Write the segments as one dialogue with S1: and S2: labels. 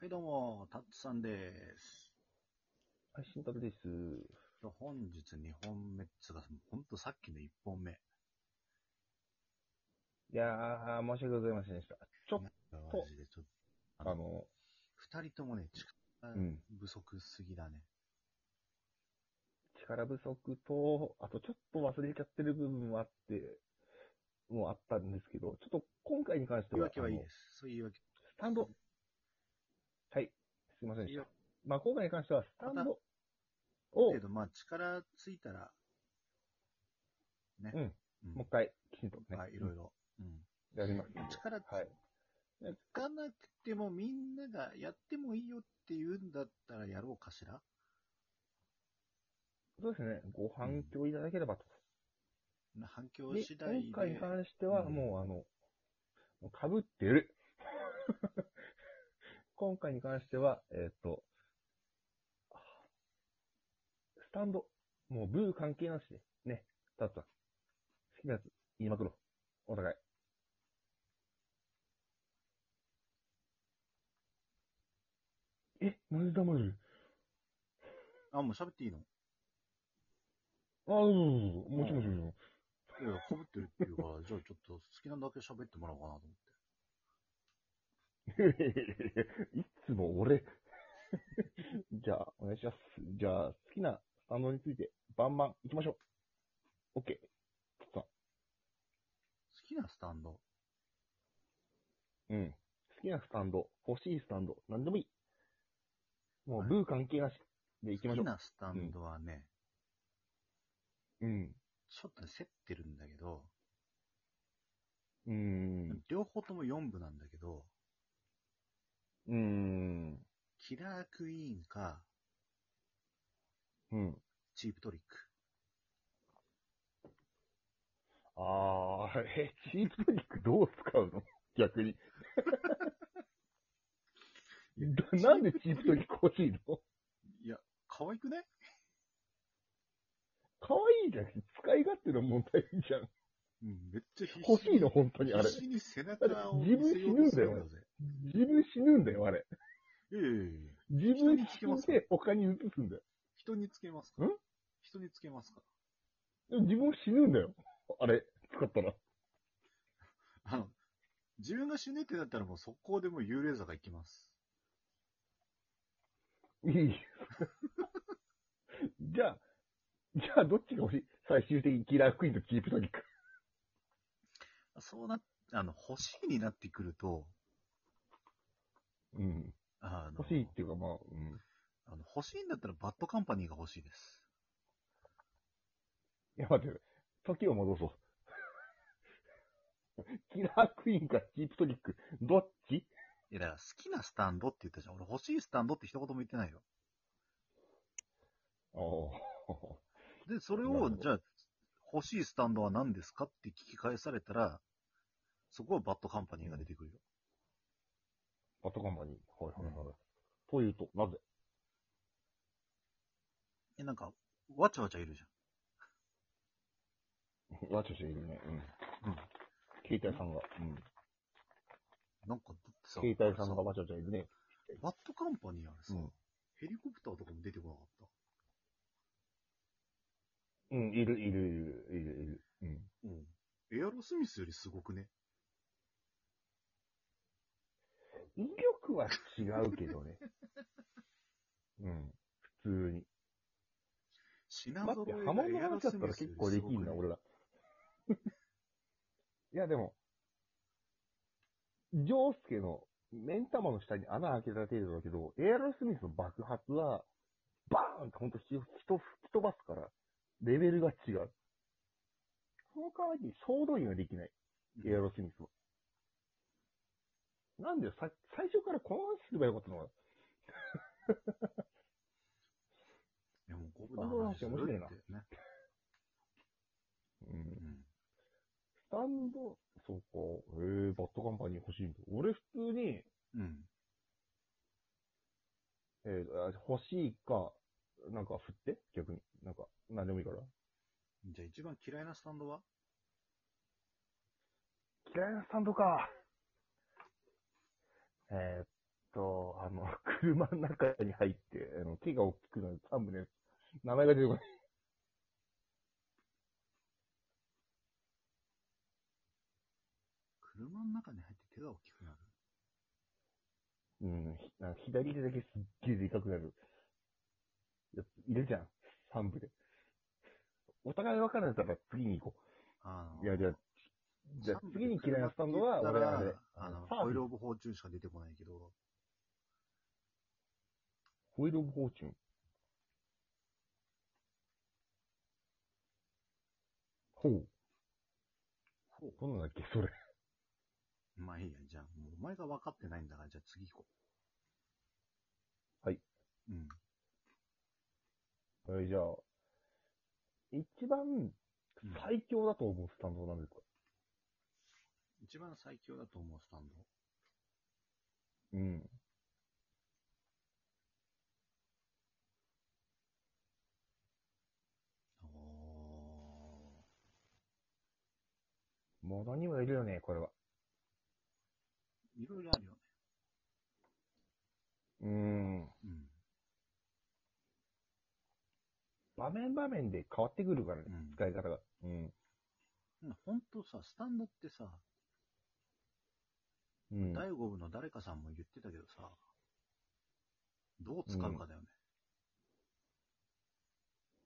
S1: はい、どうも、タッツさんです。
S2: はい、新宅です。
S1: 今日本日2本目っつうか、ほんとさっきの1本目。
S2: いやー、申し訳ございませんでした。ちょっ
S1: マジでちょっ
S2: と、あの、
S1: と、2人ともね、力
S2: うん
S1: 不足すぎだね。
S2: 力不足と、あとちょっと忘れちゃってる部分もあって、もうあったんですけど、ちょっと今回に関して
S1: 言い
S2: は、
S1: 訳はいい
S2: あの
S1: です。そういう言い訳。
S2: スタンド、はい、すいませんで
S1: い
S2: し
S1: や
S2: た。まあ今回に関しては、スタン
S1: また
S2: ドを、
S1: けど、まあ、力ついたら、ね。
S2: うん
S1: うん。
S2: もう一回、きちんとね、
S1: はい、いろいろ。うん。
S2: やります。
S1: 力つ
S2: はい。
S1: かなくても、みんながやってもいいよって言うんだったらやろうかしら。
S2: そうですね、ご反響いただければと。
S1: 反響
S2: で、
S1: 次第
S2: 今回に
S1: で。
S2: 関しては、
S1: うん
S2: もう、あの、もう被ってる。 今回に関しては、えっ、と、スタンド。もうブー関係なしで。ね。たっさん。好きなやつ言いまくろう。お互い。え、なぜ黙る
S1: あ、もう喋っていいの
S2: ああ、どうぞどうぞ。もちろんもちろんもちろん。
S1: いやいや、被ってるっていうから、 じゃあちょっと好きなだけ喋ってもらおうかなと思って。
S2: いやいやいやいやいつも俺。 じゃあ、お願いします。じゃあ、好きなスタンドについて、バンバン行きましょう。OK。さ
S1: 好きなスタンド。
S2: うん。好きなスタンド、欲しいスタンド、なんでもいい。も
S1: は
S2: う、
S1: い
S2: ブー関係なし。で、行きましょ
S1: 好き。
S2: う
S1: なスタンドはね、
S2: うん。
S1: ちょっとね、競ってるんだけど、
S2: うーん。
S1: 両方とも4部なんだけど、
S2: うーん。
S1: キラークイーンか、
S2: うん。
S1: チープトリック。
S2: あー、え、チープトリックどう使うの 逆に。どなんでチープトリック欲しいの
S1: いや、可愛くね
S2: 可愛いじゃん。使い勝手の問題じゃん。
S1: うん、めっちゃ必死に
S2: 欲しいの、本当に、あれ。
S1: 必死に背中を
S2: 自分
S1: 見せようとする
S2: 死ぬん自分死ぬんだよ、あれ。
S1: いやいやいやいや
S2: 自分
S1: 人につ
S2: 死
S1: けま
S2: ん
S1: すか
S2: で他に移すんだよ。
S1: 人につけますから
S2: ん
S1: 人につけますから
S2: でも自分死ぬんだよ。あれ、使ったら。
S1: あの、自分が死ぬってなったらもう速攻でもう幽霊坂行きます。
S2: いい。 じゃあ、じゃあどっちが欲しい最終的にキラークイーンとチープトリック。
S1: そうな、あの、欲しいになってくると、
S2: うん。
S1: あの
S2: 欲しいっていうかまあ、うん。
S1: あの欲しいんだったらバッドカンパニーが欲しいです。
S2: いや、待って、時を戻そう。 キラークイーンかチープトリック。どっち
S1: いや、だから好きなスタンドって言ったじゃん。俺欲しいスタンドって一言も言ってないよ。
S2: ああ。
S1: で、それ
S2: なる
S1: を
S2: ほ、ど
S1: じゃあ、欲しいスタンドは何ですかって聞き返されたら、そこはバッドカンパニーが出てくるよ。
S2: バットカンパニー。はいはいはい。というと、なぜ
S1: え、なんか、わちゃわちゃいるじ
S2: ラチョシいるね。うん。
S1: ゃん。うん。
S2: 携帯さんが。うん。
S1: なんか、だってさ、
S2: 携帯さんが
S1: バ
S2: バチャバチャいるね。
S1: ッドカンパニーはさ、
S2: うん
S1: ヘリコプターとかも出てこなかった。
S2: うん、いる、いる、いる、いる、いる。うん。
S1: うん。エアロスミスよりすごくね。
S2: 威力は違うけ どね。うん。普通に。
S1: 品
S2: 待
S1: 揃
S2: って、
S1: え
S2: 波
S1: が
S2: 紋
S1: エ
S2: の
S1: アロ
S2: 話だ
S1: ス
S2: った
S1: ミ
S2: ら
S1: スよ
S2: 結
S1: り
S2: 構
S1: す
S2: で
S1: ご
S2: き
S1: く
S2: んな、
S1: ね。
S2: 俺ら。 いや、でも、ジョースケの目ん玉の下に穴開けた程度だけど、エアロスミスの爆発は、バーンってほんと人人吹き飛ばすから、レベルが違う。その代わりに総動員はできない。エアロスミスは。なんでさ、最初からこの話すればよかったのか
S1: いや、もう五分
S2: あ
S1: の
S2: の
S1: 話
S2: 話面白いな
S1: するってね。
S2: う。
S1: うんん。
S2: スタンド、そうか。えー、バットカンパニー欲しいんだ。俺普通に、
S1: うん。
S2: えー、あ欲しいか、なんか振って逆に。なんか、なんでもいいから。
S1: じゃあ一番嫌いなスタンドは
S2: 嫌いなスタンドか。えー、っと、あの、車の中に入って、あの、手が大きくなる、サムネ、名前が出てこない。
S1: 車の中に入って手が大きくなる。
S2: うん、ひあの左手だけすっげえでかくなる。やついるじゃん、サンブで。お互い分かられたら次に行こ
S1: あ
S2: う。いや、じゃあ、じゃあ次に嫌いなスタンドは、
S1: だ
S2: 俺はあれ、
S1: あの、
S2: サ
S1: ホイー
S2: ーフ
S1: ルオブフォーチュンしか出てこないけど、
S2: ホイールオブフォーチュン。ほう。
S1: ほ
S2: どんなんだっけ、それ。
S1: う。まあいいや、じゃあ、もうお前が分かってないんだから、じゃあ次行こう。
S2: はい。
S1: うん。
S2: えーじゃあ、一番
S1: うん
S2: 最強だと思うスタンドなんですか
S1: 一番最強だと思うスタンド。
S2: うん。
S1: お
S2: ものにもいるよね、これは。
S1: ー。いろいろあるよね。
S2: うーん。
S1: うん。
S2: 場面場面で変わってくるからね、
S1: うん
S2: 使い方が。うん。
S1: うんほんとさ、スタンドってさ、
S2: うん。
S1: 第五部の誰かさんも言ってたけどさ、どう使うかだよね。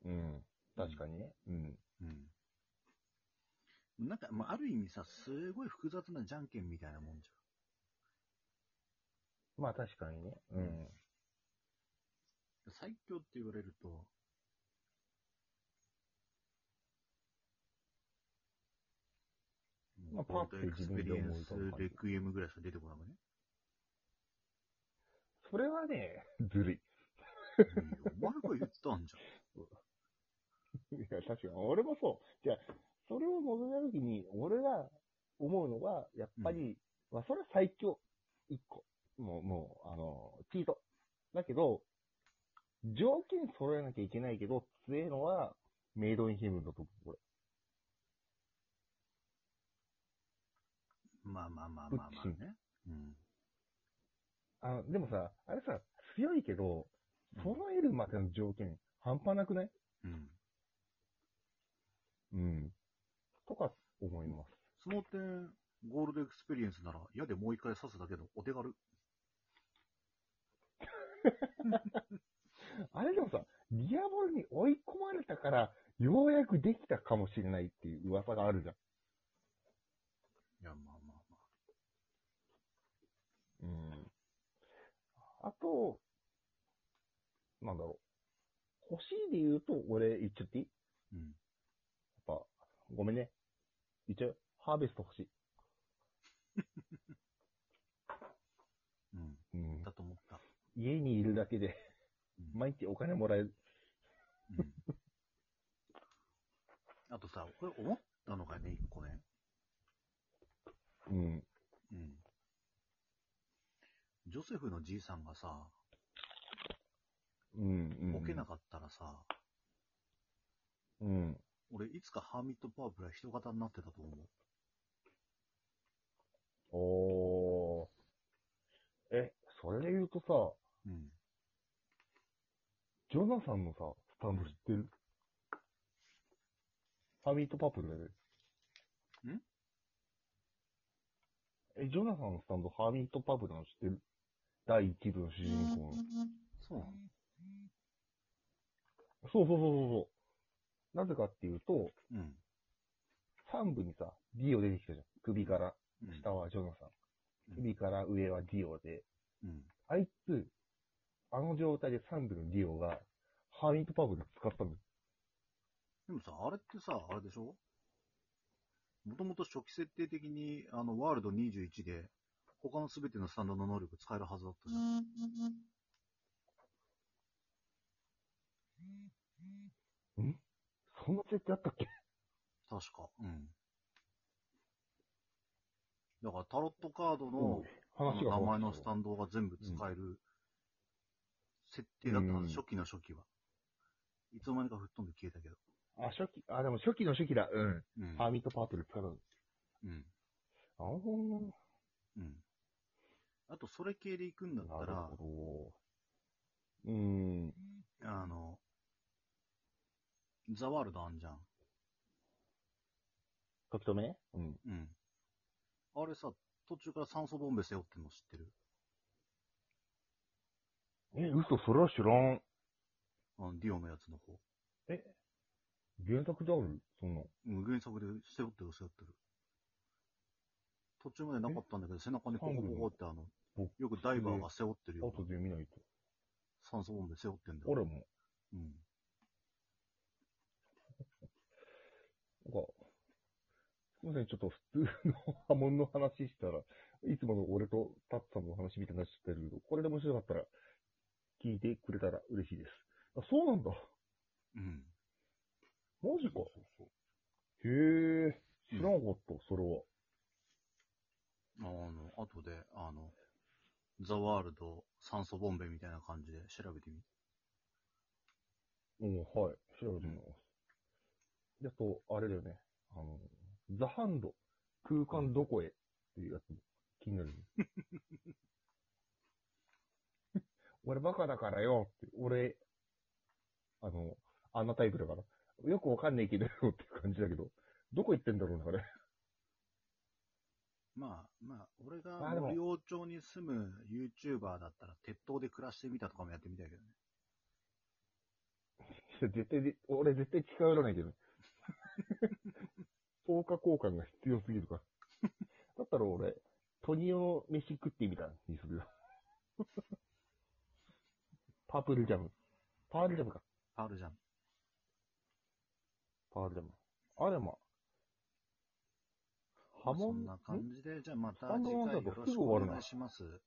S2: うん。確かにね。うん。
S1: うん。なんか、まあ、ある意味さ、すごい複雑なじゃんけんみたいなもんじ
S2: まあ確かにね。うん。
S1: ゃん。最強って言われると、
S2: まあ
S1: もう
S2: パッて
S1: エクス
S2: 自分
S1: ペ
S2: で
S1: リエン
S2: 思い浮かぶ
S1: ス
S2: 感じ
S1: レクイエムぐらいしか出てこないもんね。
S2: それはね、 ずるい。
S1: お前が言ったんじ
S2: いや、確かに。俺もそう。じゃあ、それを望めたときに、俺が思うのは、やっぱり、まあ、それは最強。一個。もう、もう、あの、チート。だけど、条件揃えなきゃいけないけど、強いのは、メイドインヘブンだと思う、これ。
S1: ゃん。まあまあまあまあまあね。うん。
S2: あの、でもさ、あれさ、強いけど、揃えるまでの条件、半端なくない
S1: うん。
S2: うん。とか、思います。
S1: その点、ゴールドエクスペリエンスなら、矢でもう一回刺すだけのお手軽。
S2: あれでもさ、ディアボロに追い込まれたから、ようやくできたかもしれないっていう噂があるじゃん。
S1: いや、まあまあまあ。
S2: うん。あと、なんだろう。欲しいで言うと、俺言っちゃっていい
S1: うん。
S2: やっぱ、ごめんね。言っちゃうよ。ハーベスト欲しい。
S1: うん。
S2: うん
S1: だ。と思った。
S2: 家にいるだけで、
S1: うん
S2: 毎日お金もらえる。
S1: うんあとさ、これ思ったのがね、一個ね。
S2: うん。
S1: うん。ジョセフのじいさんがさ、
S2: うん。うん
S1: ボケなかったらさ、
S2: うん。
S1: 俺いつかハーミットパープラ人型になってたと思う。
S2: おー。え、それで言うとさ、
S1: うん。
S2: ジョナサンのさ、スタンド知ってるハーミットパープルだよね。
S1: ん
S2: え、ジョナサンのスタンド、ハーミットパープルなの知ってる第一部の主人公の。
S1: そうなの
S2: そうそうそうそうそう。なぜかっていうと、
S1: うん。
S2: 3部にさ、ディオ出てきたじゃん。首から、
S1: うん
S2: 下はジョナサ
S1: うん
S2: ン。首から上はディオで。
S1: うん。
S2: あいつ、あの状態で3部のディオが、ハーミットパープル使ったの。
S1: でもさ、あれってさ、あれでしょもともと初期設定的に、あの、ワールド21で、他の全てのスタンドの能力使えるはずだったじゃん。
S2: そんな設定あったっけ
S1: 確か。うん。だから、タロットカードの、あの
S2: 話が変
S1: 名
S2: わったよ
S1: 前のスタンドが全部使える、設定だったはず、
S2: うん
S1: 初期の初期は。いつの間にか吹っ飛んで消えたけど。
S2: あ、初期、あ、でも初期の初期だ。うん。
S1: うん。
S2: ハーミットパープル使うの。
S1: うん。
S2: あほん
S1: うん。あと、それ系で行くんだった
S2: なる
S1: ら、
S2: ほうん。
S1: あの、ザワールドあんじゃん。
S2: 書き留めうん。
S1: うん。あれさ、途中から酸素ボンベ背負ってんの知ってる
S2: え、嘘、それは知らん。
S1: あの、ディオのやつの方。
S2: 原作であるそんな。
S1: うん、原作で背負ってる背負ってる。途中までなかったんだけど、背中にポコポコってあの
S2: 僕、
S1: よくダイバーが背負ってるよう
S2: 後
S1: な
S2: で見ないと。
S1: 酸素ボンベ背負ってんだよ。
S2: 俺も、
S1: うん。
S2: なんか、すいません、ちょっと普通の 波紋の話したら、いつもの俺とタッツさんの話みたいになっちゃってるけど、これで面白かったら、聞いてくれたら嬉しいです。あ、そうなんだ。
S1: うん。
S2: マジか。
S1: そうそう
S2: へえ、知らんかった、それは。
S1: あの、後で、あの、ザワールド酸素ボンベみたいな感じで調べてみ。
S2: うん、はい。調べてみます。で、あと、あれだよね。あの、ザハンド、空間どこへっていうやつも気になるね。 俺バカだからよって、俺、あの、あんなタイプだから。よくわかんねえけどよっていう感じだけど、どこ行ってんだろうな、あれ。
S1: まあ、まあ、俺が
S2: あでも
S1: 森王町に住む YouTuber だったら、鉄塔で暮らしてみたとかもやってみたいけどね。
S2: 絶対で、俺絶対近寄らない けど。効果交換が必要すぎるから。だったら俺、トニオ飯食ってみたにするよ。 パープルジャム。パールジャムか。
S1: パールジャム。
S2: パールジャム。あれまあ。
S1: そ
S2: 波紋
S1: んな感じで、じゃあまた
S2: ハモン
S1: 次回
S2: だ
S1: よ
S2: と
S1: ろし
S2: す
S1: く
S2: ぐ終
S1: お
S2: わるな
S1: 願いします。